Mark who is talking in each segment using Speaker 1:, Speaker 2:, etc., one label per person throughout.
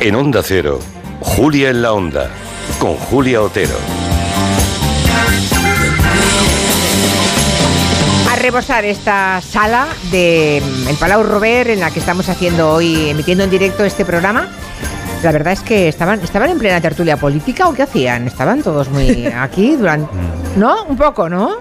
Speaker 1: En Onda Cero, Julia en la Onda, con Julia Otero.
Speaker 2: A rebosar esta sala de mm, el Palau Robert en la que estamos haciendo hoy, emitiendo en directo este programa. La verdad es que estaban, estaban en plena tertulia política o qué hacían? Estaban todos muy aquí durante. ¿No? Un poco, ¿no?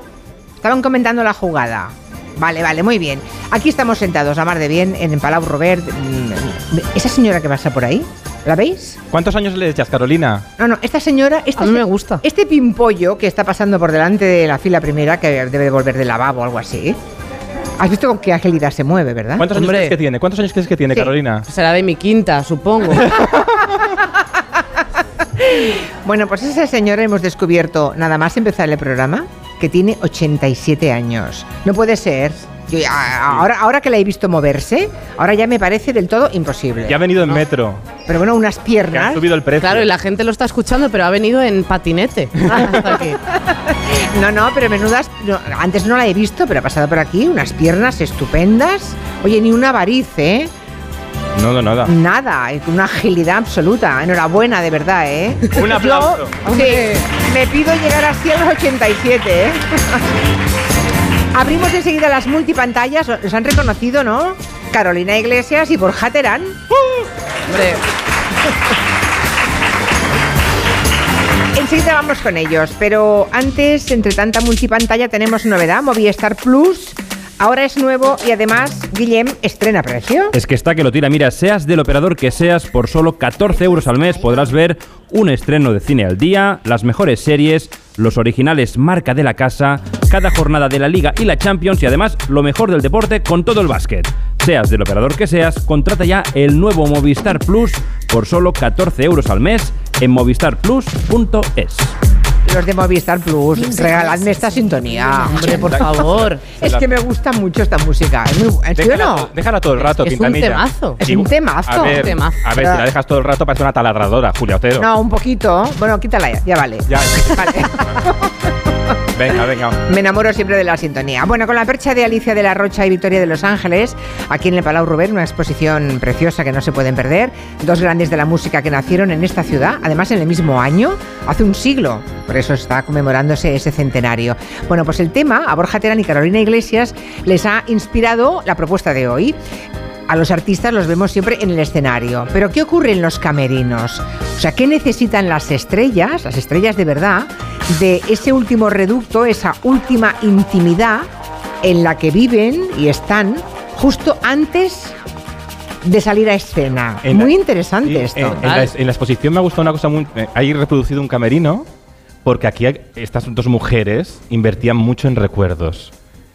Speaker 2: Estaban comentando la jugada. Vale, vale, muy bien. Aquí estamos sentados, a mar de bien, en el Palau Robert. Mm, ¿Esa señora que pasa por ahí? ¿La veis?
Speaker 3: ¿Cuántos años le echas, Carolina?
Speaker 2: No, no, esta señora. Esta
Speaker 4: A mí me
Speaker 2: se-
Speaker 4: gusta.
Speaker 2: Este pimpollo que está pasando por delante de la fila primera, que debe de volver del lavabo o algo así. Has visto con qué agilidad se mueve, ¿verdad?
Speaker 3: ¿Cuántos
Speaker 4: ¿Eh? Hombre.
Speaker 3: años crees que tiene? ¿Cuántos años crees que tiene,
Speaker 2: Sí.
Speaker 3: Carolina?
Speaker 4: Será de mi quinta, supongo.
Speaker 2: Bueno, pues esa señora hemos descubierto, nada más empezar el programa, que tiene 87 años. No puede ser. Yo ya- ahora, ahora que la he visto moverse, ahora ya me parece del todo imposible.
Speaker 3: Ya ha venido en metro.
Speaker 2: Pero bueno, unas
Speaker 3: Que han
Speaker 2: piernas.
Speaker 3: subido el precio.
Speaker 4: claro, y la gente lo está escuchando, pero ha venido en patinete. Hasta aquí.
Speaker 2: No, no, pero menudas. no, antes no la he visto, pero ha pasado por aquí. Unas piernas estupendas. Oye, ni una variz, ¿eh?
Speaker 3: No, no, nada.
Speaker 2: Nada, y con una agilidad absoluta. Enhorabuena, de verdad, ¿eh?
Speaker 3: Un aplauso.
Speaker 2: Yo, sí, me pido llegar así a los 87, ¿eh? Abrimos enseguida las multipantallas. Los han reconocido, ¿no? Carolina Iglesias y Borja Terán.
Speaker 3: ¡Uh!
Speaker 4: Hombre,
Speaker 2: Enseguida vamos con ellos, pero antes, entre tanta multipantalla, tenemos novedad, Movistar Plus. Ahora es nuevo y además, Guillem estrena precio.
Speaker 5: Es que está que lo tira. Mira, seas del operador que seas, por solo 14 euros al mes podrás ver un estreno de cine al día, las mejores series, los originales marca de la casa, cada jornada de la Liga y la Champions y además lo mejor del deporte con todo el básquet. Seas del operador que seas, contrata ya el nuevo Movistar Plus por solo 14 euros al mes en movistarplus.es.
Speaker 2: Los de Movistar Plus, regaladme esta sintonía.
Speaker 4: hombre, por favor.
Speaker 2: Es que me gusta mucho esta música. Es muy, bu- ¿Sí o
Speaker 3: Déjala,
Speaker 2: no?
Speaker 3: to- déjala todo el rato,
Speaker 4: es un
Speaker 3: Quintanilla.
Speaker 4: temazo.
Speaker 2: Es un
Speaker 3: Igu-
Speaker 2: temazo.
Speaker 3: A ver,
Speaker 4: Un temazo.
Speaker 3: a ver, si la dejas todo el rato parece una taladradora, Julia Otero.
Speaker 2: No, un poquito. Bueno, quítala ya, ya vale.
Speaker 3: Ya,
Speaker 2: Vale.
Speaker 3: venga, venga.
Speaker 2: Me enamoro siempre de la sintonía. Bueno, con la percha de Alicia de la Rocha y Victoria de Los Ángeles, aquí en el Palau Robert, una exposición preciosa que no se pueden perder. Dos grandes de la música que nacieron en esta ciudad, además en el mismo año, hace un siglo. Por eso está conmemorándose ese centenario. Bueno, pues el tema a Borja Terán y Carolina Iglesias les ha inspirado la propuesta de hoy. A los artistas los vemos siempre en el escenario, pero ¿qué ocurre en los camerinos? O sea, ¿qué necesitan las estrellas, las estrellas de verdad, de ese último reducto, esa última intimidad en la que viven y están justo antes de salir a escena?
Speaker 3: En la-
Speaker 2: Muy interesante
Speaker 3: Y en-
Speaker 2: esto.
Speaker 3: En, la, en la exposición me ha gustado una cosa muy. eh, Hay reproducido un camerino, porque aquí hay- estas dos mujeres invertían mucho en recuerdos.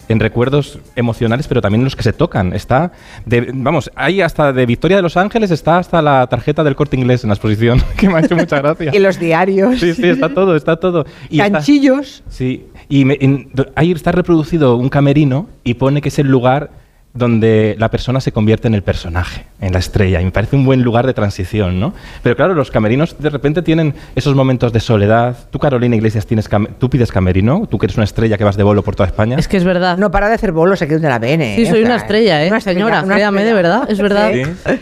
Speaker 3: En recuerdos emocionales, pero también en los que se tocan. Está. de- vamos, hay hasta de Victoria de los Ángeles, está hasta la tarjeta del corte inglés en la exposición, que me ha hecho mucha gracia.
Speaker 2: Y los diarios,
Speaker 3: Sí, sí, está todo, está todo. Y está-
Speaker 2: ganchillos.
Speaker 3: Sí, y me- en- do- ahí está reproducido un camerino y pone que es el lugar donde la persona se convierte en el personaje, en la estrella. Y me parece un buen lugar de transición, ¿no? Pero claro, los camerinos de repente tienen esos momentos de soledad. Tú, Carolina Iglesias, tienes cam- tú pides camerino, tú que eres una estrella que vas de bolo por toda España.
Speaker 4: Es que es verdad.
Speaker 2: No para de hacer bolos aquí donde la ven, ¿eh?
Speaker 4: Sí,
Speaker 2: O
Speaker 4: soy
Speaker 2: sea,
Speaker 4: una estrella, ¿eh?
Speaker 2: una
Speaker 4: Señora,
Speaker 2: una
Speaker 4: créame, de
Speaker 2: estrella.
Speaker 4: verdad, es verdad.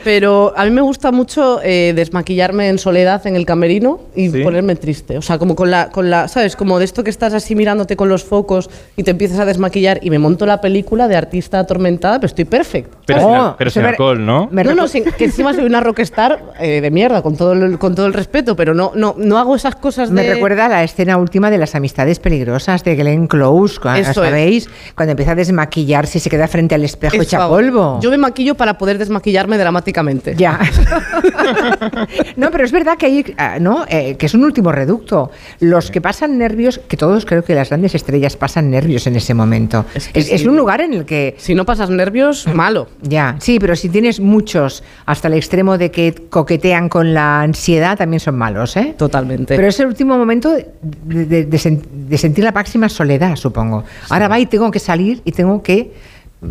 Speaker 4: Pero a mí me gusta mucho eh, desmaquillarme en soledad en el camerino y
Speaker 3: Sí.
Speaker 4: ponerme triste. O sea, como con la, con la, ¿sabes? Como de esto que estás así mirándote con los focos y te empiezas a desmaquillar y me monto la película de artista atormentada, pero estoy Oh, perfecto.
Speaker 3: Pero sin al- pero
Speaker 2: eso
Speaker 3: sin
Speaker 2: Oh, me-
Speaker 3: alcohol, ¿no?
Speaker 2: me
Speaker 4: no,
Speaker 2: recu-
Speaker 4: no, sin- que encima soy una rockstar eh, de mierda, con todo, el, con todo el respeto, pero no, no, no hago esas cosas de...
Speaker 2: Me recuerda a la escena última de las amistades peligrosas de Glenn Close, cua-
Speaker 4: Eso es.
Speaker 2: ¿sabéis? Cuando empieza a desmaquillarse y se queda frente al espejo
Speaker 4: Eso
Speaker 2: hecha
Speaker 4: hago.
Speaker 2: polvo.
Speaker 4: Yo me maquillo para poder desmaquillarme dramáticamente.
Speaker 2: Ya. no, pero es verdad que hay, ah, ¿no? Eh, que es un último reducto. Los que pasan nervios, que todos creo que las grandes estrellas pasan nervios en ese momento. Es,
Speaker 4: Es que
Speaker 2: es
Speaker 4: sí.
Speaker 2: un lugar en el que
Speaker 4: Si no pasas nervios, malo.
Speaker 2: Ya, sí, pero si tienes muchos hasta el extremo de que coquetean con la ansiedad, también son malos, ¿eh?
Speaker 4: Totalmente.
Speaker 2: Pero es el último momento de, de- de sen- de sentir la máxima soledad, supongo. Ahora va y tengo que salir y tengo que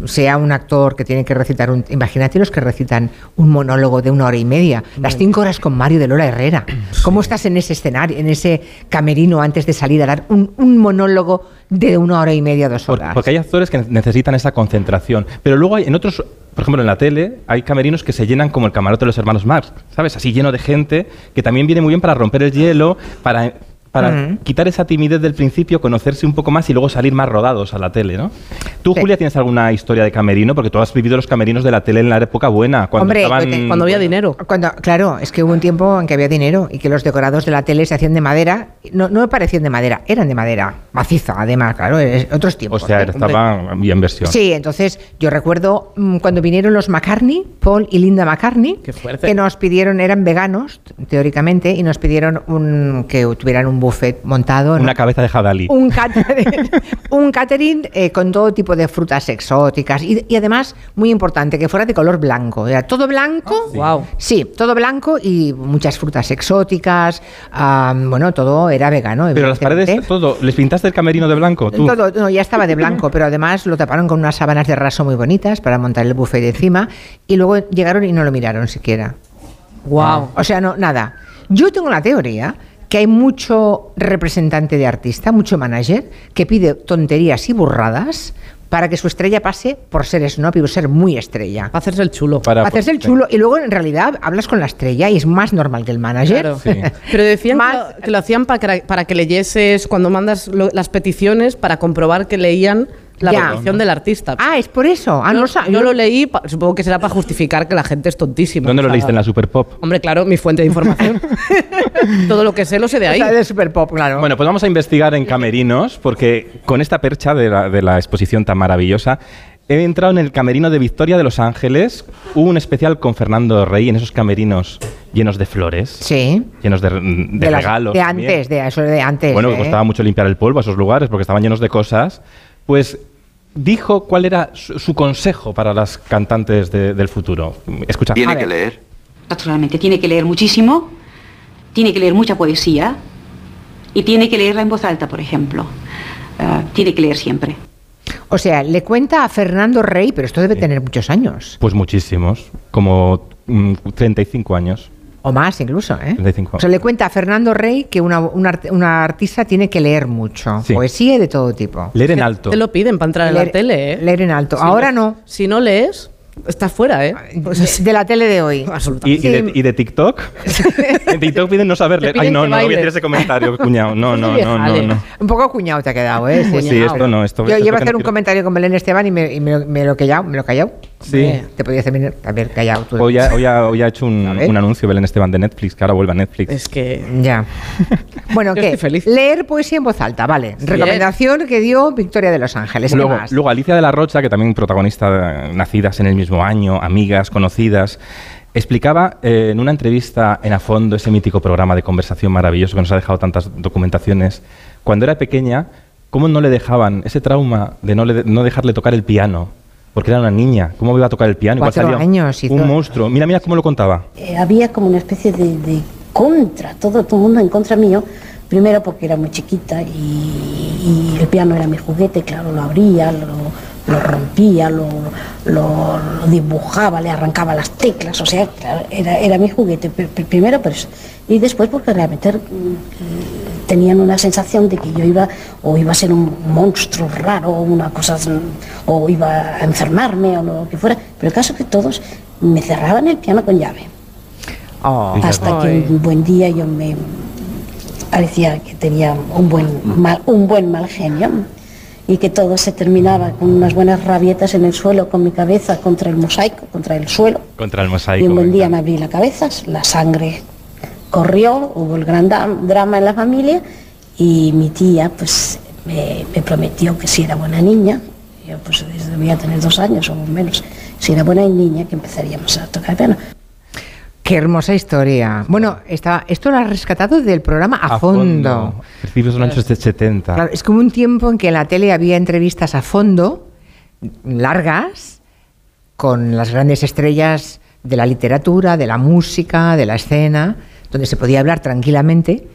Speaker 2: sea un actor que tiene que recitar un... Imagínate los que recitan un monólogo de una hora y media, las cinco horas con Mario de Lola Herrera. ¿Cómo estás en ese escenario, en ese camerino antes de salir a dar un, un monólogo de una hora y media, dos
Speaker 3: Por-
Speaker 2: horas?
Speaker 3: porque hay actores que necesitan esa concentración. Pero luego hay, en otros, por ejemplo en la tele, hay camerinos que se llenan como el camarote de los hermanos Marx, ¿sabes? Así lleno de gente, que también viene muy bien para romper el hielo, para, para
Speaker 2: Ujú.
Speaker 3: quitar esa timidez del principio, conocerse un poco más y luego salir más rodados a la tele, ¿no? Tú,
Speaker 2: Sí.
Speaker 3: Julia, tienes alguna historia de camerino, porque tú has vivido los camerinos de la tele en la época buena, cuando
Speaker 2: Hombre,
Speaker 3: estaban-
Speaker 2: cuando
Speaker 4: Cuando había dinero.
Speaker 2: Cuando, claro, es que hubo un tiempo en que había dinero y que los decorados de la tele se hacían de madera. No, no parecían de madera, eran de madera. Maciza, además, claro, es- otros
Speaker 3: O
Speaker 2: tiempos.
Speaker 3: sea,
Speaker 2: ¿no?
Speaker 3: estaba bien versión.
Speaker 2: Sí, entonces yo recuerdo mm, cuando vinieron los McCartney, Paul y Linda McCartney,
Speaker 4: Qué fuerte.
Speaker 2: que nos pidieron, eran veganos, teóricamente, y nos pidieron un, que tuvieran un buffet montado. ¿no?
Speaker 3: Una cabeza de jabalí.
Speaker 2: un catering, un catering, eh, con todo tipo de frutas exóticas y, y además, muy importante, que fuera de color blanco. Era todo blanco.
Speaker 4: Ah, sí. Guau.
Speaker 2: Sí, todo blanco y muchas frutas exóticas. ah, bueno, todo era vegano.
Speaker 3: Pero las paredes,
Speaker 2: evidentemente.
Speaker 3: todo. ¿Les pintaste el camerino de blanco? Tú.
Speaker 2: Todo, no, ya estaba de blanco, pero además lo taparon con unas sábanas de raso muy bonitas para montar el buffet encima y luego llegaron y no lo miraron siquiera.
Speaker 4: Wow.
Speaker 2: O sea, no, nada. Yo tengo la teoría que hay mucho representante de artista, mucho manager, que pide tonterías y burradas para que su estrella pase por ser snob y por ser muy estrella.
Speaker 3: Ah,
Speaker 4: Para hacerse el chulo.
Speaker 3: Para-
Speaker 2: Hacerse el chulo y luego en realidad hablas con la estrella y es más normal que el manager.
Speaker 4: Claro.
Speaker 3: Sí.
Speaker 4: Pero decían que
Speaker 2: Más-
Speaker 4: lo- que, lo hacían para que, para que leyeses cuando mandas lo- las peticiones para comprobar que leían la
Speaker 2: Ya.
Speaker 4: petición del artista.
Speaker 2: Ah, es por eso. Ah, no,
Speaker 4: yo,
Speaker 2: lo sa-
Speaker 4: yo lo leí, pa- supongo que será para justificar que la gente es tontísima.
Speaker 3: ¿Dónde
Speaker 4: o
Speaker 3: lo
Speaker 4: sea,
Speaker 3: leíste? En la Super Pop.
Speaker 4: Hombre, claro, mi fuente de información. Todo lo que sé lo sé de ahí.
Speaker 2: Está de super pop, claro.
Speaker 3: Bueno, pues vamos a investigar en camerinos, porque con esta percha de la, de la exposición tan maravillosa, he entrado en el camerino de Victoria de Los Ángeles. Hubo un especial con Fernando Rey en esos camerinos llenos de flores,
Speaker 2: sí.
Speaker 3: llenos de, de
Speaker 2: las-
Speaker 3: regalos.
Speaker 2: De
Speaker 3: también.
Speaker 2: antes, de eso de antes.
Speaker 3: Bueno,
Speaker 2: ¿eh?
Speaker 3: que costaba mucho limpiar el polvo a esos lugares porque estaban llenos de cosas. Pues dijo cuál era su, su consejo para las cantantes de- del futuro. Escucha.
Speaker 2: A
Speaker 6: Tiene
Speaker 2: ver.
Speaker 6: que leer.
Speaker 7: Naturalmente, tiene que leer muchísimo, tiene que leer mucha poesía y tiene que leerla en voz alta, por ejemplo. Ah, tiene que leer siempre.
Speaker 2: O sea, le cuenta a Fernando Rey, pero esto debe tener muchos años.
Speaker 3: Pues muchísimos, como mm, 35 años.
Speaker 2: O más incluso, ¿eh?
Speaker 3: 35.
Speaker 2: O sea, le cuenta a Fernando Rey que una, una, art- una artista tiene que leer mucho.
Speaker 3: Sí.
Speaker 2: Poesía de todo tipo.
Speaker 3: Leer en alto.
Speaker 4: Te lo piden para entrar en
Speaker 2: leer,
Speaker 4: la tele, ¿eh?
Speaker 2: leer en alto. Ahora no.
Speaker 4: Si no lees, estás fuera, ¿eh? O sea,
Speaker 2: De la tele de hoy.
Speaker 3: ¿Y, y
Speaker 4: absolutamente.
Speaker 3: de, y de TikTok? en TikTok piden no saber
Speaker 4: Te
Speaker 3: leer.
Speaker 4: piden
Speaker 3: Ay, no,
Speaker 4: que
Speaker 3: no, voy a
Speaker 4: bailes.
Speaker 3: hacer ese comentario, cuñado. No, no,
Speaker 4: Eres
Speaker 3: no, no,
Speaker 4: vieja,
Speaker 3: no.
Speaker 2: Un poco cuñado te ha quedado, ¿eh?
Speaker 3: Pues Sí, esto no, esto-
Speaker 2: Yo
Speaker 3: esto
Speaker 2: llevo a
Speaker 3: que
Speaker 2: hacer
Speaker 3: no
Speaker 2: un
Speaker 3: quiero.
Speaker 2: comentario con Belén Esteban y me, y me- me lo he callado. ¿Me lo he callado?
Speaker 3: Sí.
Speaker 2: Eh, Te podías haber haber callado tú.
Speaker 3: Hoy ha, hoy ha- hoy ha hecho un,
Speaker 2: A ver.
Speaker 3: un anuncio Belén Esteban de Netflix, que ahora vuelve a Netflix.
Speaker 4: Es que...
Speaker 2: Ya. Bueno,
Speaker 4: Yo
Speaker 2: ¿qué?
Speaker 4: estoy feliz.
Speaker 2: Leer poesía en voz alta, vale. Recomendación que dio Victoria de los Ángeles. ¿Qué
Speaker 3: Luego,
Speaker 2: más?
Speaker 3: luego Alicia de la Rocha, que también protagonista, eh, nacidas en el mismo año, amigas, conocidas, explicaba eh, en una entrevista en A Fondo, ese mítico programa de conversación maravilloso que nos ha dejado tantas documentaciones, cuando era pequeña, cómo no le dejaban ese trauma de no, le- no dejarle tocar el piano, porque era una niña, cómo iba a tocar el piano, Igual
Speaker 2: Cuatro
Speaker 3: salía
Speaker 2: años hizo.
Speaker 3: un monstruo. Mira, mira cómo lo contaba.
Speaker 8: Eh, había como una especie de, de contra, todo, todo el mundo en contra mío. Primero porque era muy chiquita y, y el piano era mi juguete, claro, lo abría, lo, lo rompía, lo, lo- lo dibujaba, le arrancaba las teclas, o sea, claro, era, era mi juguete pr- pr- primero, pero es- y después porque realmente mm, tenían una sensación de que yo iba o iba a ser un monstruo raro o una cosa así, o iba a enfermarme o lo que fuera, pero el caso es que todos me cerraban el piano con llave.
Speaker 2: Oh.
Speaker 8: Hasta
Speaker 4: Ay.
Speaker 8: que un buen día yo me parecía que tenía un buen mal, un buen mal genio y que todo se terminaba con unas buenas rabietas en el suelo, con mi cabeza contra el mosaico, contra el suelo.
Speaker 3: Contra el
Speaker 8: y
Speaker 3: mosaico.
Speaker 8: un buen día me
Speaker 3: venga.
Speaker 8: abrí la cabeza, la sangre corrió, hubo el gran da- drama en la familia y mi tía pues me, me prometió que si era buena niña, yo pues debía tener dos años o menos, si era buena niña que empezaríamos a tocar piano.
Speaker 2: Qué hermosa historia. Bueno, esta- esto lo has rescatado del programa A, fondo.
Speaker 3: Principios de los años 70.
Speaker 2: Claro, es como un tiempo en que en la tele había entrevistas a fondo, largas, con las grandes estrellas de la literatura, de la música, de la escena, donde se podía hablar tranquilamente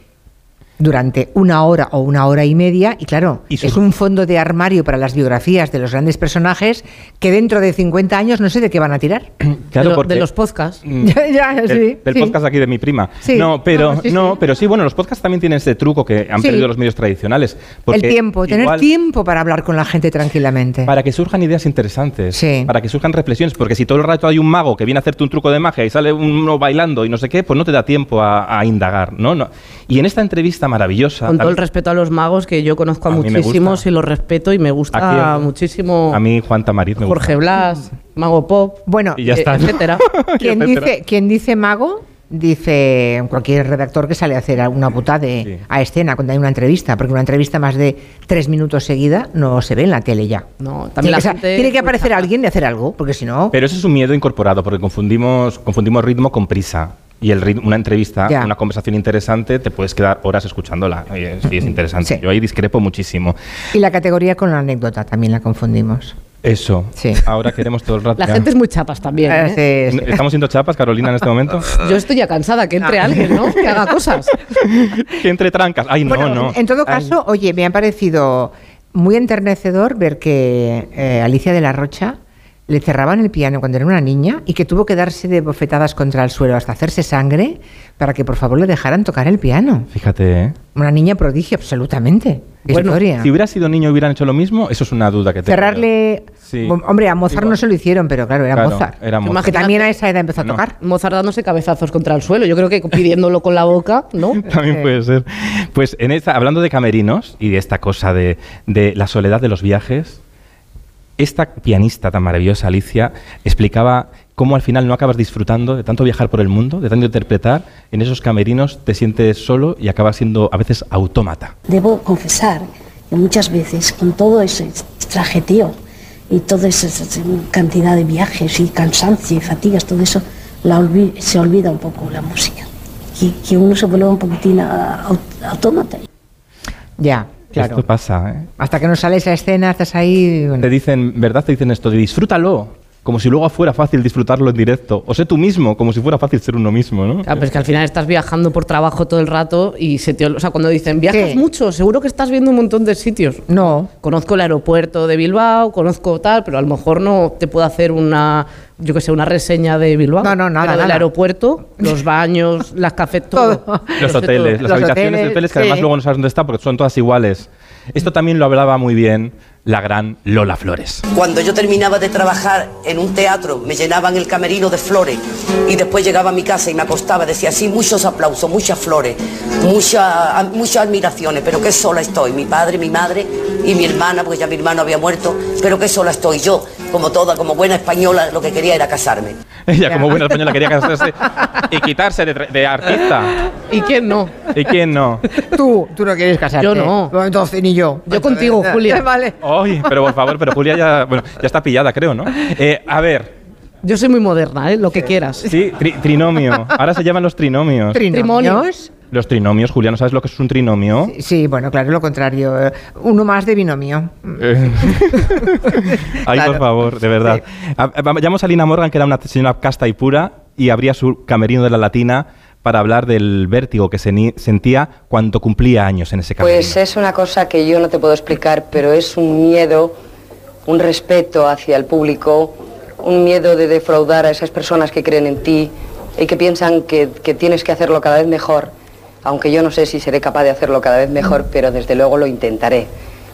Speaker 2: durante una hora o una hora y media, y claro,
Speaker 3: Y sur-
Speaker 2: es un fondo de armario para las biografías de los grandes personajes que dentro de 50 años no sé de qué van a tirar.
Speaker 3: Claro,
Speaker 4: de, lo-
Speaker 3: porque-
Speaker 4: de los podcasts.
Speaker 3: Mm.
Speaker 2: Ya, ya,
Speaker 3: del,
Speaker 2: sí,
Speaker 3: del
Speaker 2: sí.
Speaker 3: podcast aquí de mi prima.
Speaker 2: Sí.
Speaker 3: No, pero
Speaker 2: Ah, sí, sí.
Speaker 3: no, pero sí, bueno, los podcasts también tienen ese truco que han
Speaker 2: Sí.
Speaker 3: perdido los medios tradicionales.
Speaker 2: El
Speaker 3: porque
Speaker 2: tiempo, tener
Speaker 3: igual-
Speaker 2: tiempo para hablar con la gente tranquilamente.
Speaker 3: Para que surjan ideas interesantes,
Speaker 2: Sí.
Speaker 3: para que surjan reflexiones, porque si todo el rato hay un mago que viene a hacerte un truco de magia y sale uno bailando y no sé qué, pues no te da tiempo a, a indagar, ¿no? no. Y en esta entrevista maravillosa,
Speaker 4: Con todo el
Speaker 3: también-
Speaker 4: respeto a los magos, que yo conozco a,
Speaker 3: A mí me
Speaker 4: muchísimos
Speaker 3: gusta.
Speaker 4: y los respeto y me gusta
Speaker 3: ¿A quién?
Speaker 4: Ah, muchísimo
Speaker 3: a mí Juan Tamariz me
Speaker 4: Jorge
Speaker 3: gusta.
Speaker 4: Blas, Mago Pop,
Speaker 2: Bueno,
Speaker 3: Y ya
Speaker 4: eh,
Speaker 3: está, ¿no?
Speaker 4: etcétera.
Speaker 2: quien
Speaker 3: etcétera.
Speaker 2: dice, quien dice mago, dice cualquier redactor que sale a hacer alguna puta de,
Speaker 3: Sí.
Speaker 2: a escena cuando hay una entrevista, porque una entrevista más de tres minutos seguida no se ve en la tele ya.
Speaker 4: No,
Speaker 2: Tiene,
Speaker 4: también la
Speaker 2: o sea,
Speaker 4: gente-
Speaker 2: tiene que aparecer alguien de hacer algo, porque si no...
Speaker 3: Pero eso es un miedo incorporado, porque confundimos, confundimos ritmo con prisa. Y el ritmo, una entrevista,
Speaker 2: Ya.
Speaker 3: una conversación interesante, te puedes quedar horas escuchándola. Y es, y es interesante.
Speaker 2: Sí.
Speaker 3: Yo ahí discrepo muchísimo.
Speaker 2: Y la categoría con la anécdota también la confundimos.
Speaker 3: Eso.
Speaker 2: Sí.
Speaker 3: Ahora queremos todo el rato.
Speaker 4: La
Speaker 3: ya.
Speaker 4: gente es muy chapas también. ¿eh?
Speaker 2: Eh, sí, sí.
Speaker 3: ¿Estamos siendo chapas, Carolina, en este momento?
Speaker 4: Yo estoy ya cansada que
Speaker 2: Ah.
Speaker 4: entre alguien, ¿no? Que haga cosas.
Speaker 3: que entre trancas. Ay, no,
Speaker 2: Bueno,
Speaker 3: no.
Speaker 2: En todo
Speaker 3: Oh, Ay.
Speaker 2: caso, oye, me ha parecido muy enternecedor ver que eh, Alicia de la Rocha le cerraban el piano cuando era una niña y que tuvo que darse de bofetadas contra el suelo hasta hacerse sangre para que por favor le dejaran tocar el piano.
Speaker 3: Fíjate, ¿eh?
Speaker 2: Una niña prodigio, absolutamente. Qué
Speaker 3: Bueno,
Speaker 2: historia.
Speaker 3: si hubiera sido niño y hubieran hecho lo mismo, eso es una duda que tengo.
Speaker 2: Cerrarle.
Speaker 3: Sí.
Speaker 2: Bom- Hombre, a Mozart
Speaker 3: Igual.
Speaker 2: no se lo hicieron, pero claro, era
Speaker 3: Claro,
Speaker 2: Mozart.
Speaker 3: era Mozart.
Speaker 2: Que también a esa edad empezó a
Speaker 3: No.
Speaker 2: tocar.
Speaker 4: Mozart dándose cabezazos contra el suelo. Yo creo que pidiéndolo con la boca, ¿no?
Speaker 3: También
Speaker 2: Sí.
Speaker 3: puede ser. Pues en esta, hablando de camerinos y de esta cosa de, de la soledad de los viajes, esta pianista tan maravillosa, Alicia, explicaba cómo al final no acabas disfrutando de tanto viajar por el mundo, de tanto interpretar, en esos camerinos te sientes solo y acabas siendo a veces autómata.
Speaker 8: Debo confesar que muchas veces con todo ese trajeteo y toda esa esa cantidad de viajes y cansancio y fatigas, todo eso, la olvi- se olvida un poco la música. Que, que uno se vuelve un poquitín a- a- autómata.
Speaker 2: Ya, claro.
Speaker 3: Esto pasa, ¿eh?
Speaker 2: Hasta que no sale esa escena, estás ahí. y bueno.
Speaker 3: Te dicen, ¿verdad? Te dicen esto de disfrútalo, como si luego fuera fácil disfrutarlo en directo. O sé tú mismo, como si fuera fácil ser uno mismo, ¿no?
Speaker 4: Claro, pero es pues que al final estás viajando por trabajo todo el rato y se te... ol- O sea, cuando dicen, viajas
Speaker 2: Sí.
Speaker 4: mucho, seguro que estás viendo un montón de sitios.
Speaker 2: No.
Speaker 4: Conozco el aeropuerto de Bilbao, conozco tal, pero a lo mejor no te puedo hacer una, yo que sé, una reseña de Bilbao.
Speaker 2: No, no, nada,
Speaker 4: Pero del
Speaker 2: nada.
Speaker 4: aeropuerto, los baños, las cafés, todo.
Speaker 2: Todo.
Speaker 3: Los hoteles,
Speaker 2: todo.
Speaker 3: las
Speaker 2: Los
Speaker 3: habitaciones de
Speaker 2: hoteles,
Speaker 3: hoteles que
Speaker 2: sí.
Speaker 3: además luego no sabes dónde está porque son todas iguales. Esto también lo hablaba muy bien la gran Lola Flores.
Speaker 6: Cuando yo terminaba de trabajar en un teatro, me llenaban el camerino de flores y después llegaba a mi casa y me acostaba, decía así, muchos aplausos, muchas flores, mucha- muchas admiraciones, pero qué sola estoy, mi padre, mi madre y mi hermana, porque ya mi hermano había muerto, pero qué sola estoy yo, como toda, como buena española, lo que quería era casarme.
Speaker 3: Ella como buena española quería casarse y quitarse de, tra- de artista.
Speaker 4: ¿Y quién no?
Speaker 3: ¿Y quién no?
Speaker 2: Tú, tú no quieres casarte.
Speaker 4: Yo no.
Speaker 2: Bueno, Entonces, ni yo.
Speaker 4: Yo contigo, Julia.
Speaker 2: Vale.
Speaker 3: Oye, pero por favor, pero Julia ya, bueno, ya está pillada, creo, ¿no? Eh, a ver,
Speaker 4: Yo soy muy moderna, ¿eh? lo que quieras.
Speaker 3: sí, tri- trinomio. Ahora se llaman los trinomios.
Speaker 2: ¿Trinomios?
Speaker 3: los trinomios, Julia, ¿no sabes lo que es un trinomio?
Speaker 2: Sí, bueno, claro, lo contrario. eh, Uno más de binomio.
Speaker 3: Eh. Ay,
Speaker 2: Claro.
Speaker 3: por favor, de verdad. A- a- Llamamos a Lina Morgan, que era una señora casta y pura, y abría su camerino de la latina para hablar del vértigo que se ni- sentía cuando cumplía años en ese camerino.
Speaker 9: Pues es una cosa que yo no te puedo explicar, pero es un miedo, un respeto hacia el público, un miedo de defraudar a esas personas que creen en ti y que piensan que, que tienes que hacerlo cada vez mejor, aunque yo no sé si seré capaz de hacerlo cada vez mejor, pero desde luego lo intentaré.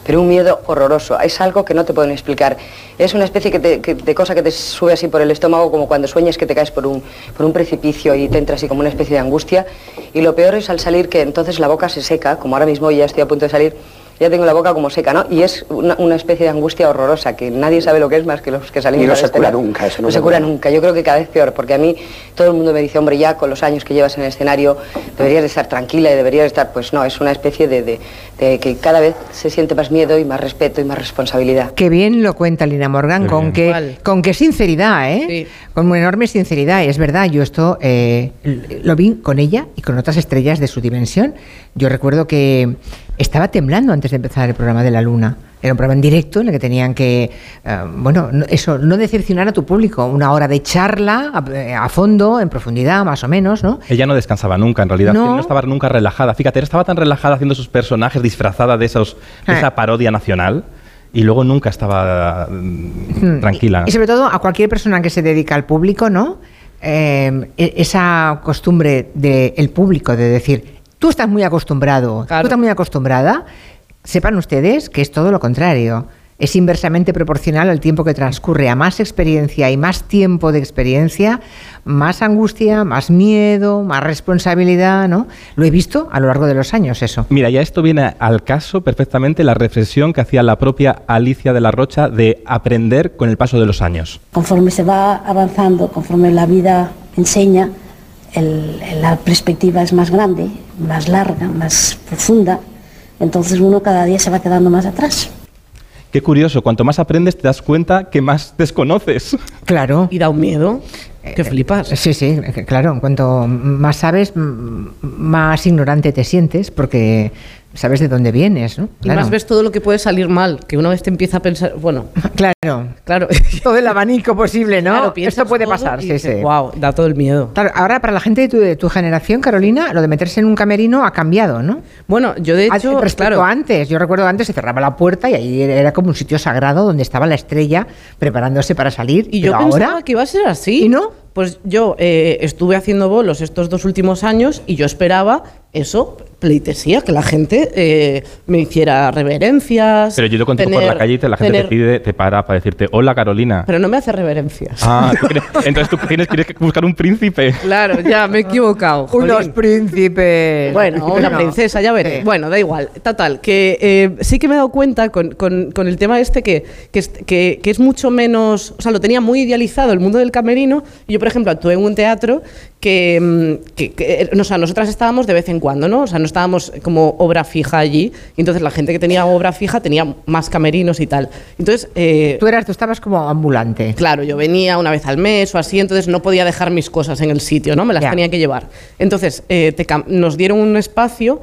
Speaker 9: Pero un miedo horroroso, es algo que no te pueden explicar. Es una especie que te- que- de cosa que te sube así por el estómago, como cuando sueñas que te caes por un, por un precipicio y te entra así como una especie de angustia. Y lo peor es al salir que entonces la boca se seca, como ahora mismo ya estoy a punto de salir, ya tengo la boca como seca, ¿no? Y es una, una especie de angustia horrorosa que nadie sabe lo que es más que los que salimos.
Speaker 6: Y no
Speaker 9: al
Speaker 6: se cura
Speaker 9: escenario.
Speaker 6: nunca, eso no
Speaker 9: No se
Speaker 6: se
Speaker 9: cura
Speaker 6: cura.
Speaker 9: nunca. Yo creo que cada vez peor, porque a mí todo el mundo me dice, hombre, ya con los años que llevas en el escenario deberías de estar tranquila y deberías de estar, pues no, es una especie de, de- de que cada vez se siente más miedo y más respeto y más responsabilidad.
Speaker 2: Qué bien lo cuenta Lina Morgan,
Speaker 3: Qué
Speaker 2: con
Speaker 3: bien.
Speaker 2: qué,
Speaker 4: ¿Cuál?
Speaker 2: con qué sinceridad, ¿eh?
Speaker 4: Sí.
Speaker 2: Con una enorme sinceridad. Y es verdad, yo esto eh, l- lo vi con ella y con otras estrellas de su dimensión. Yo recuerdo que estaba temblando antes de empezar el programa de la luna. Era un programa en directo en el que tenían que, eh, bueno, no- eso, no decepcionar a tu público. Una hora de charla a, a fondo, en profundidad, más o menos, ¿no?
Speaker 3: Ella no descansaba nunca, en realidad.
Speaker 2: No.
Speaker 3: Ella no estaba nunca relajada. Fíjate, ella estaba tan relajada haciendo sus personajes, disfrazada de, esos, de
Speaker 2: Ah.
Speaker 3: esa parodia nacional, y luego nunca estaba mm,
Speaker 2: Mm,
Speaker 3: tranquila.
Speaker 2: Y, y sobre todo a cualquier persona que se dedica al público, ¿no? Eh, e- esa costumbre del público de decir, tú estás muy acostumbrado,
Speaker 4: Claro.
Speaker 2: tú estás muy acostumbrada, sepan ustedes que es todo lo contrario. Es inversamente proporcional al tiempo que transcurre. A más experiencia y más tiempo de experiencia, más angustia, más miedo, más responsabilidad, ¿no? Lo he visto a lo largo de los años eso.
Speaker 3: Mira, ya esto viene al caso perfectamente la reflexión que hacía la propia Alicia de la Rocha de aprender con el paso de los años.
Speaker 8: Conforme se va avanzando, conforme la vida enseña, el- el- la perspectiva es más grande, más larga, más profunda. Entonces uno cada día se va quedando más atrás.
Speaker 3: Qué curioso, cuanto más aprendes te das cuenta que más desconoces.
Speaker 2: Claro.
Speaker 4: Y da un miedo que
Speaker 2: Eh,
Speaker 4: flipas.
Speaker 2: Sí, sí, que- claro. En cuanto más sabes, m- más ignorante te sientes porque sabes de dónde vienes, ¿no?
Speaker 4: Y más ves todo lo que puede salir mal, que una vez te empieza a pensar, bueno,
Speaker 2: Claro.
Speaker 4: claro,
Speaker 2: Todo el abanico posible, ¿no? Esto puede pasar, sí, sí.
Speaker 4: Wow, da todo el miedo.
Speaker 2: Claro, ahora para la gente de tu, de tu generación, Carolina, lo de meterse en un camerino ha cambiado, ¿no?
Speaker 4: Bueno, yo de
Speaker 2: Ah,
Speaker 4: hecho,
Speaker 2: respecto
Speaker 4: claro,
Speaker 2: a antes, yo recuerdo que antes se cerraba la puerta y ahí era como un sitio sagrado donde estaba la estrella preparándose para salir.
Speaker 4: y yo
Speaker 2: Pero
Speaker 4: pensaba
Speaker 2: ahora,
Speaker 4: que iba a ser así.
Speaker 2: ¿Y no?
Speaker 4: Pues yo eh, estuve haciendo bolos estos dos últimos años y yo esperaba eso, pleitesía, que la gente eh, me hiciera reverencias.
Speaker 3: Pero yo te contigo por
Speaker 4: tener-
Speaker 3: la calle y te- la gente te
Speaker 4: tener-
Speaker 3: pide, te para para decirte, hola Carolina.
Speaker 4: Pero no me hace reverencias.
Speaker 3: Ah, ¿tú crees- entonces tú tienes, tienes que buscar un príncipe.
Speaker 4: Claro, ya me he equivocado.
Speaker 2: unos
Speaker 4: jolín.
Speaker 2: príncipes.
Speaker 4: Bueno, eh. una
Speaker 2: No.
Speaker 4: princesa, ya veré.
Speaker 2: Sí.
Speaker 4: Bueno, da igual. Total, que eh, sí que me he dado cuenta con, con- con el tema este que, que, es- que- que es mucho menos. O sea, lo tenía muy idealizado el mundo del camerino. Yo, por ejemplo, actué en un teatro que. mm, que- que, eh, o sea, nosotras estábamos de vez en cuando, ¿no? O sea, no estábamos como obra fija allí. Y entonces la gente que tenía obra fija tenía más camerinos y tal. Entonces. eh,
Speaker 2: Tú eras, tú estabas como ambulante.
Speaker 4: Claro, yo venía una vez al mes o así, entonces no podía dejar mis cosas en el sitio, ¿no? Me las
Speaker 2: Ya.
Speaker 4: tenía que llevar. Entonces, eh, te cam- nos dieron un espacio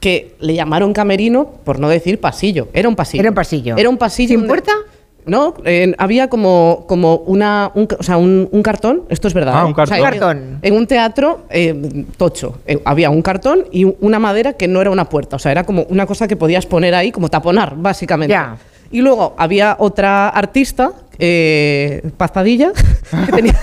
Speaker 4: que le llamaron camerino, por no decir pasillo. Era un pasillo.
Speaker 2: Era un pasillo.
Speaker 4: Era un pasillo.
Speaker 2: ¿Sin
Speaker 4: donde-
Speaker 2: puerta?
Speaker 4: No, eh, había como, como una, un, ca- o sea, un, un cartón, esto es verdad.
Speaker 3: Ah,
Speaker 4: ¿eh?
Speaker 3: un cartón.
Speaker 4: O sea,
Speaker 2: Cartón.
Speaker 4: En, en un teatro eh, tocho Eh, había un cartón y una madera que no era una puerta, o sea, era como una cosa que podías poner ahí, como taponar, básicamente.
Speaker 2: Ya.
Speaker 4: Y luego había otra artista, eh, Pastadilla, que tenía,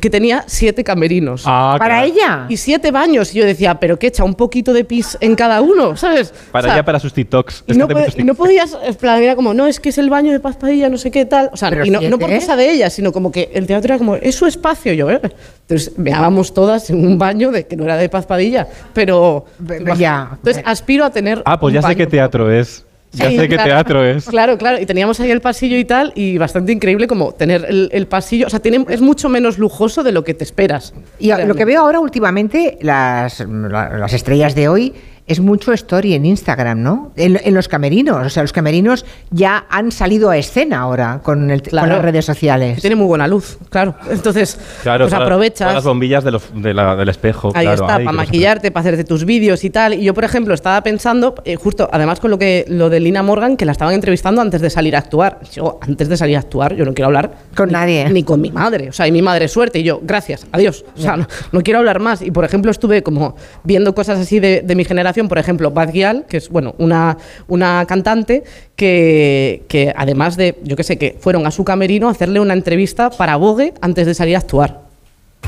Speaker 4: que tenía siete camerinos.
Speaker 3: Ah,
Speaker 2: ¿Para
Speaker 3: claro.
Speaker 2: ella?
Speaker 4: Y siete baños. Y yo decía, pero qué echa un poquito de pis en cada uno, ¿sabes?
Speaker 3: Para
Speaker 4: O sea,
Speaker 3: ella, para sus TikToks.
Speaker 4: y
Speaker 3: Es que
Speaker 4: no,
Speaker 3: hace
Speaker 4: pod-
Speaker 3: muchos
Speaker 4: y no
Speaker 3: TikToks.
Speaker 4: podías, en plan, era como, no, es que es el baño de Pastadilla, no sé qué tal. O sea,
Speaker 2: Pero
Speaker 4: y no, no por
Speaker 2: siete, ¿eh?
Speaker 4: cosa de ella, sino como que el teatro era como, es su espacio. Yo, ¿eh? Entonces, meábamos todas en un baño de que no era de Pazpadilla, pero.
Speaker 2: Be- be- ya.
Speaker 4: Entonces, aspiro a tener.
Speaker 3: Ah, pues
Speaker 4: un
Speaker 3: ya sé
Speaker 4: baño
Speaker 3: qué teatro es. Ya sé qué
Speaker 4: claro.
Speaker 3: teatro es.
Speaker 4: Claro, claro. Y teníamos ahí el pasillo y tal, y bastante increíble como tener el, el pasillo. O sea, tiene, es mucho menos lujoso de lo que te esperas.
Speaker 2: Y a- lo que veo ahora últimamente, las, la- las estrellas de hoy, es mucho story en Instagram, ¿no? En, en los camerinos. O sea, los camerinos ya han salido a escena ahora con, el-
Speaker 4: Claro.
Speaker 2: con las redes sociales.
Speaker 4: Tiene muy buena luz, claro. Entonces,
Speaker 3: Claro,
Speaker 4: pues
Speaker 3: todas-
Speaker 4: aprovechas.
Speaker 3: todas las bombillas de los- de la- del espejo.
Speaker 4: Ahí
Speaker 3: Pues claro,
Speaker 4: está,
Speaker 3: ay, qué
Speaker 4: para
Speaker 3: cosas.
Speaker 4: maquillarte, para hacerte tus vídeos y tal. Y yo, por ejemplo, estaba pensando, eh, justo además con lo que lo de Lina Morgan, que la estaban entrevistando antes de salir a actuar. Yo, antes de salir a actuar, yo no quiero hablar
Speaker 2: Con
Speaker 4: ni-
Speaker 2: nadie.
Speaker 4: Ni con mi madre. O sea, y mi madre, suerte. Y yo, gracias, adiós. O sea, no, no quiero hablar más. Y por ejemplo, estuve como viendo cosas así de, de mi generación. Por ejemplo, Bad Gyal, que es, bueno, una, una cantante que, que además de, yo qué sé, que fueron a su camerino a hacerle una entrevista para Vogue antes de salir a actuar.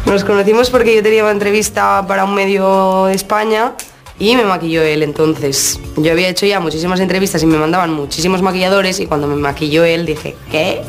Speaker 10: Nos conocimos porque yo tenía una entrevista para un medio de España y me maquilló él entonces. Yo había hecho ya muchísimas entrevistas y me mandaban muchísimos maquilladores y cuando me maquilló él dije, ¿qué?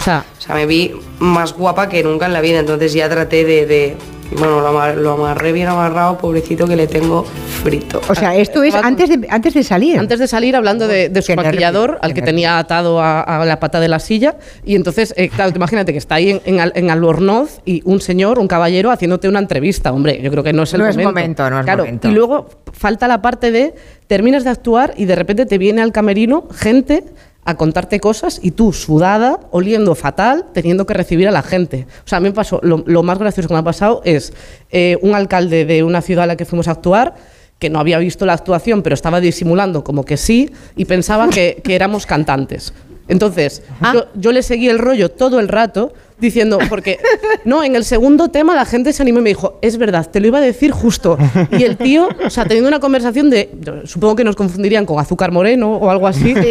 Speaker 4: O sea,
Speaker 10: O sea, me vi más guapa que nunca en la vida, entonces ya traté de... de- bueno, lo, amar- lo amarré bien amarrado, pobrecito que le tengo frito.
Speaker 2: O sea, esto es antes de, antes de salir.
Speaker 4: Antes de salir, hablando de, de su
Speaker 2: Qué nervio,
Speaker 4: maquillador, al
Speaker 2: qué
Speaker 4: que
Speaker 2: nervio.
Speaker 4: tenía atado a, a la pata de la silla. Y entonces, eh, claro, tú imagínate que está ahí en, en Al- en Albornoz y un señor, un caballero, haciéndote una entrevista. Hombre, yo creo que no es el
Speaker 2: No es
Speaker 4: momento.
Speaker 2: momento, no es
Speaker 4: Claro,
Speaker 2: momento.
Speaker 4: Y luego falta la parte de terminas de actuar y de repente te viene al camerino gente a contarte cosas y tú sudada, oliendo fatal, teniendo que recibir a la gente. O sea, a mí me pasó, lo, lo más gracioso que me ha pasado es eh, un alcalde de una ciudad a la que fuimos a actuar que no había visto la actuación, pero estaba disimulando como que sí, y pensaba que, que éramos cantantes. Entonces, yo, yo le seguí el rollo todo el rato diciendo, porque no, en el segundo tema la gente se animó y me dijo, es verdad, te lo iba a decir justo. Y el tío, o sea, teniendo una conversación de, yo supongo que nos confundirían con azúcar moreno o algo así.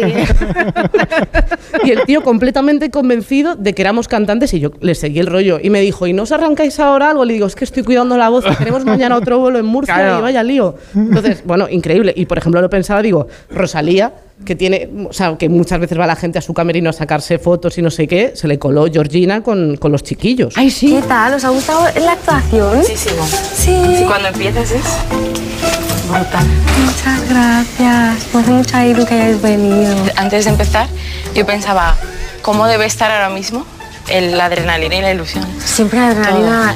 Speaker 4: Y el tío completamente convencido de que éramos cantantes y yo le seguí el rollo. Y me dijo, ¿y no os arrancáis ahora algo? Le digo, es que estoy cuidando la voz, que tenemos mañana otro vuelo en Murcia
Speaker 2: Claro.
Speaker 4: y vaya lío. Entonces, bueno, increíble. Y por ejemplo, lo pensaba, digo, Rosalía, que tiene, o sea, que muchas veces va la gente a su camerino a sacarse fotos y no sé qué, se le coló Georgina con, con los chiquillos.
Speaker 7: Ay, sí.
Speaker 8: tal? ¿Os ha gustado la actuación?
Speaker 10: Muchísimo. Sí, cuando empiezas es brutal.
Speaker 8: Muchas gracias. Me hace mucha ilusión que hayáis venido.
Speaker 10: Antes de empezar, yo pensaba, ¿cómo debe estar ahora mismo el- la adrenalina y la ilusión?
Speaker 8: Siempre la adrenalina,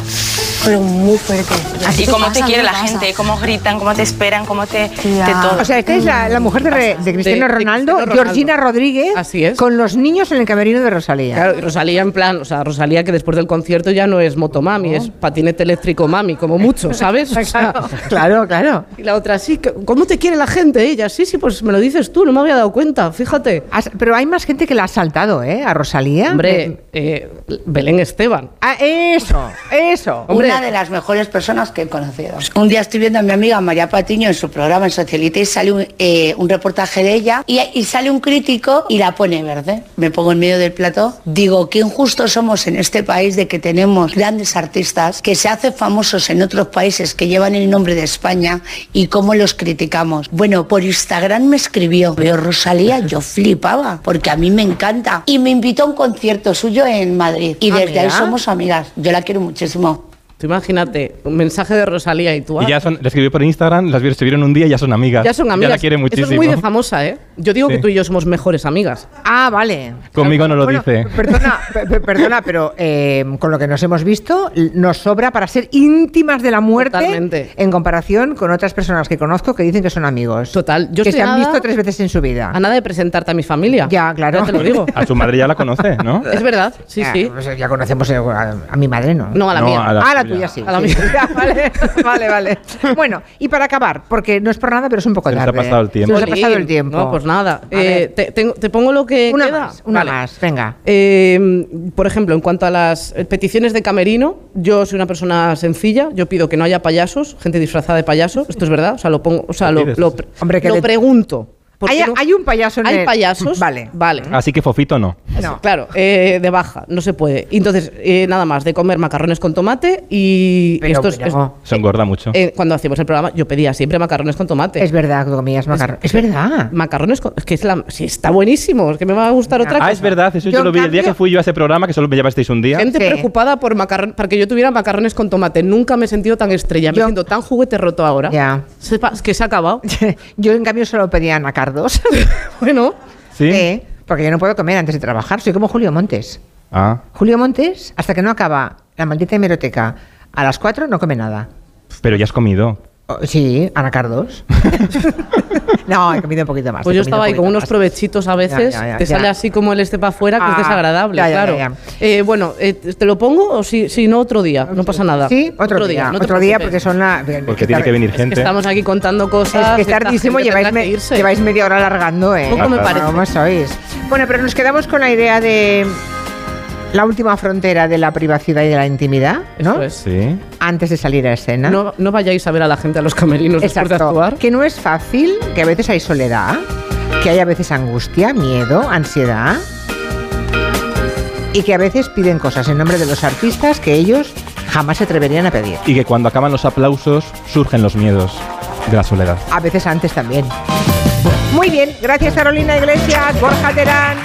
Speaker 8: pero muy fuerte.
Speaker 10: Y
Speaker 8: te
Speaker 10: cómo te
Speaker 8: pasa,
Speaker 10: quiere
Speaker 8: a mí
Speaker 10: la
Speaker 8: me pasa.
Speaker 10: gente, cómo gritan, cómo te esperan, cómo te...
Speaker 8: Tía.
Speaker 10: te todo.
Speaker 2: O sea, esta es la, la mujer de, re- de Cristiano
Speaker 4: De- de
Speaker 2: Ronaldo,
Speaker 4: Cristiano Ronaldo.
Speaker 2: Georgina Rodríguez,
Speaker 4: Así es.
Speaker 2: con los niños en el camerino de Rosalía.
Speaker 4: Claro, y Rosalía en plan, o sea, Rosalía que después del concierto ya no es motomami, es patinete eléctrico mami, como mucho, ¿sabes? O sea,
Speaker 2: claro, claro.
Speaker 4: y la otra, sí, que- ¿cómo te quiere la gente ella? Sí, sí, pues me lo dices tú, no me había dado cuenta, fíjate.
Speaker 2: Has- pero hay más gente que la ha saltado, ¿eh? A Rosalía.
Speaker 4: Hombre, eh, Belén Esteban.
Speaker 2: Ah, eso, eso.
Speaker 4: Hombre.
Speaker 11: Una de las mejores personas que he conocido. Un día estoy viendo a mi amiga María Patiño en su programa en Socialite y sale un, eh, un reportaje de ella y, y sale un crítico y la pone verde. Me pongo en medio del plató, digo, qué injustos somos en este país de que tenemos grandes artistas que se hacen famosos en otros países que llevan el nombre de España y cómo los criticamos. Bueno, por Instagram me escribió, veo Rosalía, yo flipaba, porque a mí me encanta. Y me invitó a un concierto suyo en Madrid y
Speaker 2: Ah,
Speaker 11: desde ahí
Speaker 2: mira.
Speaker 11: somos amigas. Yo la quiero muchísimo.
Speaker 4: Tú imagínate, un mensaje de Rosalía y tú. ah,
Speaker 3: Y ya son, le escribió por Instagram, las vi- se vieron un día y ya son amigas.
Speaker 4: ya son amigas.
Speaker 3: Ya la quiere muchísimo.
Speaker 4: Eso es muy de famosa, ¿eh? Yo digo que
Speaker 3: Sí.
Speaker 4: tú y yo somos mejores amigas.
Speaker 2: Ah, vale.
Speaker 3: Conmigo no lo
Speaker 2: Bueno,
Speaker 3: dice.
Speaker 2: Perdona, pe- pe- perdona, pero eh, con lo que nos hemos visto, l- nos sobra para ser íntimas de la muerte
Speaker 4: Totalmente.
Speaker 2: en comparación con otras personas que conozco que dicen que son amigos.
Speaker 4: Total, yo
Speaker 2: que
Speaker 4: estoy
Speaker 2: se han
Speaker 4: a nada-
Speaker 2: visto tres veces en su vida.
Speaker 4: A nada de presentarte a mi familia.
Speaker 2: Ya, claro.
Speaker 4: Ya te lo digo.
Speaker 3: Ah. A su madre ya la conoce, ¿no?
Speaker 4: es verdad, sí,
Speaker 2: Ah,
Speaker 4: sí.
Speaker 2: pues ya conocemos eh, a, a mi madre, ¿no?
Speaker 4: No, a la
Speaker 3: No,
Speaker 4: mía.
Speaker 3: a la
Speaker 2: ah, la
Speaker 3: suya.
Speaker 2: tuya sí.
Speaker 4: A la
Speaker 2: sí.
Speaker 4: mía.
Speaker 2: Ya, vale, vale, vale. Bueno, y para acabar, porque no es por nada, pero es un poco
Speaker 3: Se nos ha
Speaker 2: tarde. ¿eh?
Speaker 3: pasado el tiempo.
Speaker 2: Se nos ha pasado el tiempo.
Speaker 4: No, pues nada.
Speaker 2: A
Speaker 4: Eh,
Speaker 2: ver.
Speaker 4: te, tengo- te pongo lo que
Speaker 2: Una
Speaker 4: queda.
Speaker 2: más, una
Speaker 4: Vale.
Speaker 2: más, venga.
Speaker 4: Eh, por ejemplo, en cuanto a las eh, peticiones de camerino, yo soy una persona sencilla, yo pido que no haya payasos, gente disfrazada de payaso, esto es verdad, o sea, lo pongo, o sea,
Speaker 3: Lo
Speaker 4: lo,
Speaker 3: pides.
Speaker 4: lo pre-
Speaker 2: Hombre, que
Speaker 4: lo
Speaker 2: le-
Speaker 4: pregunto. porque
Speaker 2: Hay-
Speaker 4: no-
Speaker 2: hay un payaso en
Speaker 4: Hay
Speaker 2: el-
Speaker 4: payasos,
Speaker 2: Vale.
Speaker 4: vale.
Speaker 3: Así que Fofito no.
Speaker 2: No.
Speaker 4: Claro, eh, de baja, no se puede. Y Entonces, eh, nada más, de comer macarrones con tomate y
Speaker 2: Pero,
Speaker 4: esto es-
Speaker 2: pero-
Speaker 3: Se engorda mucho.
Speaker 4: es- eh, cuando hacíamos el programa, yo pedía siempre macarrones con tomate.
Speaker 2: Es verdad que comías macarrón. Es verdad.
Speaker 4: macarrones con. Es que es la, sí, está buenísimo, es que me va a gustar otra
Speaker 3: Ah,
Speaker 4: cosa.
Speaker 3: es verdad, eso yo,
Speaker 2: Yo,
Speaker 3: lo vi
Speaker 2: en
Speaker 3: el día
Speaker 2: cambio-
Speaker 3: que fui yo a ese programa, que solo me llevasteis un día.
Speaker 4: Gente
Speaker 2: Sí.
Speaker 4: preocupada por macarrones, para que yo tuviera macarrones con tomate. Nunca me he sentido tan estrella, me
Speaker 2: Yo-
Speaker 4: siento tan juguete roto ahora.
Speaker 2: Ya.
Speaker 4: Sepa- es que se ha acabado.
Speaker 2: Yo, en cambio, solo pedía anacardos.
Speaker 4: bueno,
Speaker 3: ¿Sí?
Speaker 2: Sí, porque yo no puedo comer antes de trabajar. Soy como Julio Montes.
Speaker 3: Ah,
Speaker 2: Julio Montes, hasta que no acaba la maldita hemeroteca a las 4, no come nada.
Speaker 3: pero ya has comido.
Speaker 2: Oh, sí, anacardos. no, he comido un poquito más.
Speaker 4: pues
Speaker 2: he comido
Speaker 4: yo estaba
Speaker 2: un
Speaker 4: ahí con
Speaker 2: poquito
Speaker 4: unos
Speaker 2: más.
Speaker 4: provechitos a veces,
Speaker 2: ya, ya,
Speaker 4: te
Speaker 2: ya.
Speaker 4: sale así como el este para afuera, que
Speaker 2: Ah,
Speaker 4: es desagradable,
Speaker 2: ya, ya,
Speaker 4: claro.
Speaker 2: ya, ya.
Speaker 4: Eh, bueno, eh, ¿te lo pongo o si, si no otro día? No pasa nada.
Speaker 2: Sí, otro, día.
Speaker 4: no te
Speaker 2: otro día porque
Speaker 4: preocupes.
Speaker 2: son la.
Speaker 3: Porque tiene que venir gente.
Speaker 4: Estamos aquí contando
Speaker 2: Es
Speaker 4: cosas.
Speaker 2: que es
Speaker 4: esta
Speaker 2: tardísimo,
Speaker 4: gente
Speaker 2: lleváis,
Speaker 4: tendrá
Speaker 2: me-
Speaker 4: que irse.
Speaker 2: lleváis media hora alargando, ¿eh?
Speaker 4: Poco
Speaker 3: me
Speaker 2: No,
Speaker 4: parece.
Speaker 2: ¿cómo sois? Bueno, pero nos quedamos con la idea de la última frontera de la privacidad y de la intimidad, ¿no?
Speaker 4: Eso es.
Speaker 3: Sí.
Speaker 2: Antes de salir a escena.
Speaker 4: No, no vayáis a ver a la gente a los camerinos después de actuar.
Speaker 2: Que no es fácil, que a veces hay soledad, que hay a veces angustia, miedo, ansiedad. Y que a veces piden cosas en nombre de los artistas que ellos jamás se atreverían a pedir.
Speaker 3: Y que cuando acaban los aplausos, surgen los miedos de la soledad.
Speaker 2: A veces antes también. Muy bien, gracias Carolina Iglesias, Borja Terán.